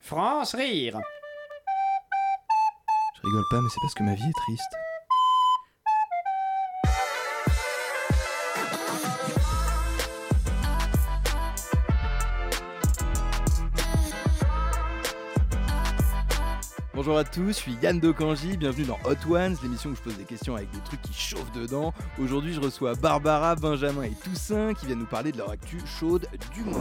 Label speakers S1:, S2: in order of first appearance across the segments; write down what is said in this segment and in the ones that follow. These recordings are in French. S1: France rire.
S2: Je rigole pas, mais c'est parce que ma vie est triste. Bonjour à tous, je suis Yann Dokanji, bienvenue dans Hot Ones, l'émission où je pose des questions avec des trucs qui chauffent dedans. Aujourd'hui, je reçois Barbara, Benjamin et Toussaint qui viennent nous parler de leur actu chaude du mois.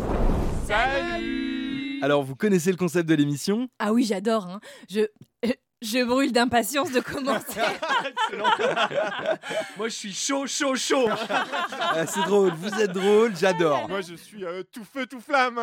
S2: Salut Alors, vous connaissez le concept de l'émission
S3: Ah oui, j'adore. hein. Je, je brûle d'impatience de commencer.
S4: Moi, je suis chaud, chaud, chaud.
S2: Ah, C'est drôle, vous êtes drôle, j'adore
S5: Moi, je suis euh, tout feu, tout flamme.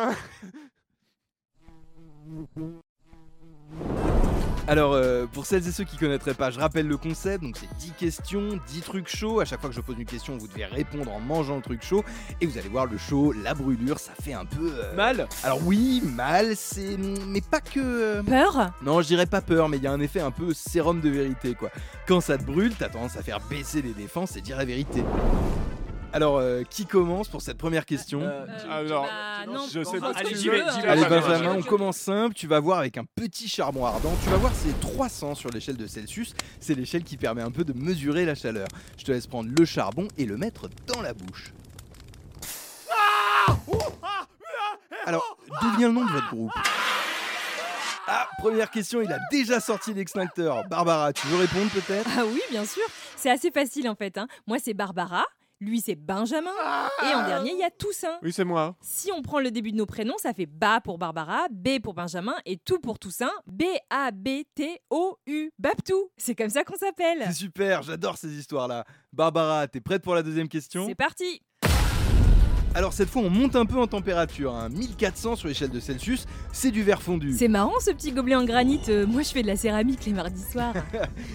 S2: Alors, euh, pour celles et ceux qui connaîtraient pas, je rappelle le concept. Donc, c'est 10 questions, 10 trucs chauds. À chaque fois que je pose une question, vous devez répondre en mangeant le truc chaud. Et vous allez voir, le chaud, la brûlure, ça fait un peu. euh,
S4: Mal.
S2: Alors, oui, mal, c'est. Mais pas que. euh,
S3: Peur
S2: Non, je dirais pas peur, mais il y a un effet un peu sérum de vérité, quoi. Quand ça te brûle, t'as tendance à faire baisser les défenses et dire la vérité. Alors, euh, qui commence pour cette première question
S5: Alors,
S3: Bah,
S5: non,
S3: non,
S5: je sais pas.
S3: pense que
S4: Allez,
S3: tu
S4: j'y vais,
S3: veux,
S4: j'y
S3: hein.
S4: vais.
S2: Allez
S5: Ah,
S2: Benjamin,
S5: ok,
S2: on commence simple, tu vas voir avec un petit charbon ardent, tu vas voir c'est 300 sur l'échelle de Celsius, c'est l'échelle qui permet un peu de mesurer la chaleur. Je te laisse prendre le charbon et le mettre dans la bouche. Alors, d'où vient le nom de votre groupe Ah, première question, il a déjà sorti l'extincteur. Barbara, tu veux répondre peut-être
S3: Ah oui, bien sûr. C'est assez facile en fait. hein. Moi, c'est Barbara. Lui, c'est Benjamin. Et en dernier, il y a Toussaint.
S5: Oui, c'est moi.
S3: Si on prend le début de nos prénoms, ça fait Ba pour Barbara, B pour Benjamin et tout pour Toussaint. B-A-B-T-O-U. Babtou. C'est comme ça qu'on s'appelle.
S2: C'est super, j'adore ces histoires-là. Barbara, t'es prête pour la deuxième question
S3: C'est parti.
S2: Alors cette fois, on monte un peu en température, hein. 1400 sur l'échelle de Celsius, c'est du verre fondu.
S3: C'est marrant ce petit gobelet en granit. Euh, moi, je fais de la céramique les mardis soirs.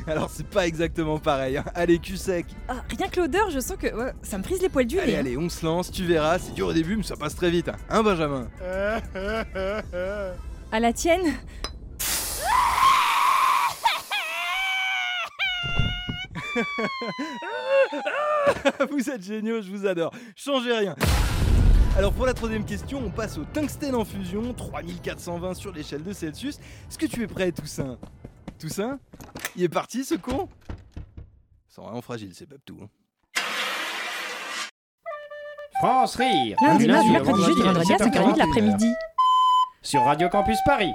S2: Alors c'est pas exactement pareil. hein. Allez, cul sec.
S3: Ah, rien que l'odeur, je sens que ouais, ça me frise les poils du nez.
S2: Allez,
S3: hein.
S2: allez, on se lance, tu verras, c'est dur au début, mais ça passe très vite. Hein, Hein, Benjamin
S5: Moi,
S3: À la tienne
S2: Vous êtes géniaux, je vous adore. Changez rien. Alors pour la troisième question, on passe au tungstène en fusion, 3420 sur l'échelle de Celsius. Est-ce que tu es prêt, Toussaint Toussaint Il est parti, ce con C'est vraiment fragile, c'est Babtou. hein.
S1: France rire.
S2: Lundi,
S1: Du
S2: mardi,
S1: au
S2: mercredi, jeudi,
S1: à
S2: vendredi, à
S1: 17h40,
S2: 5h30 de l'après-midi.
S1: Sur Radio Campus Paris.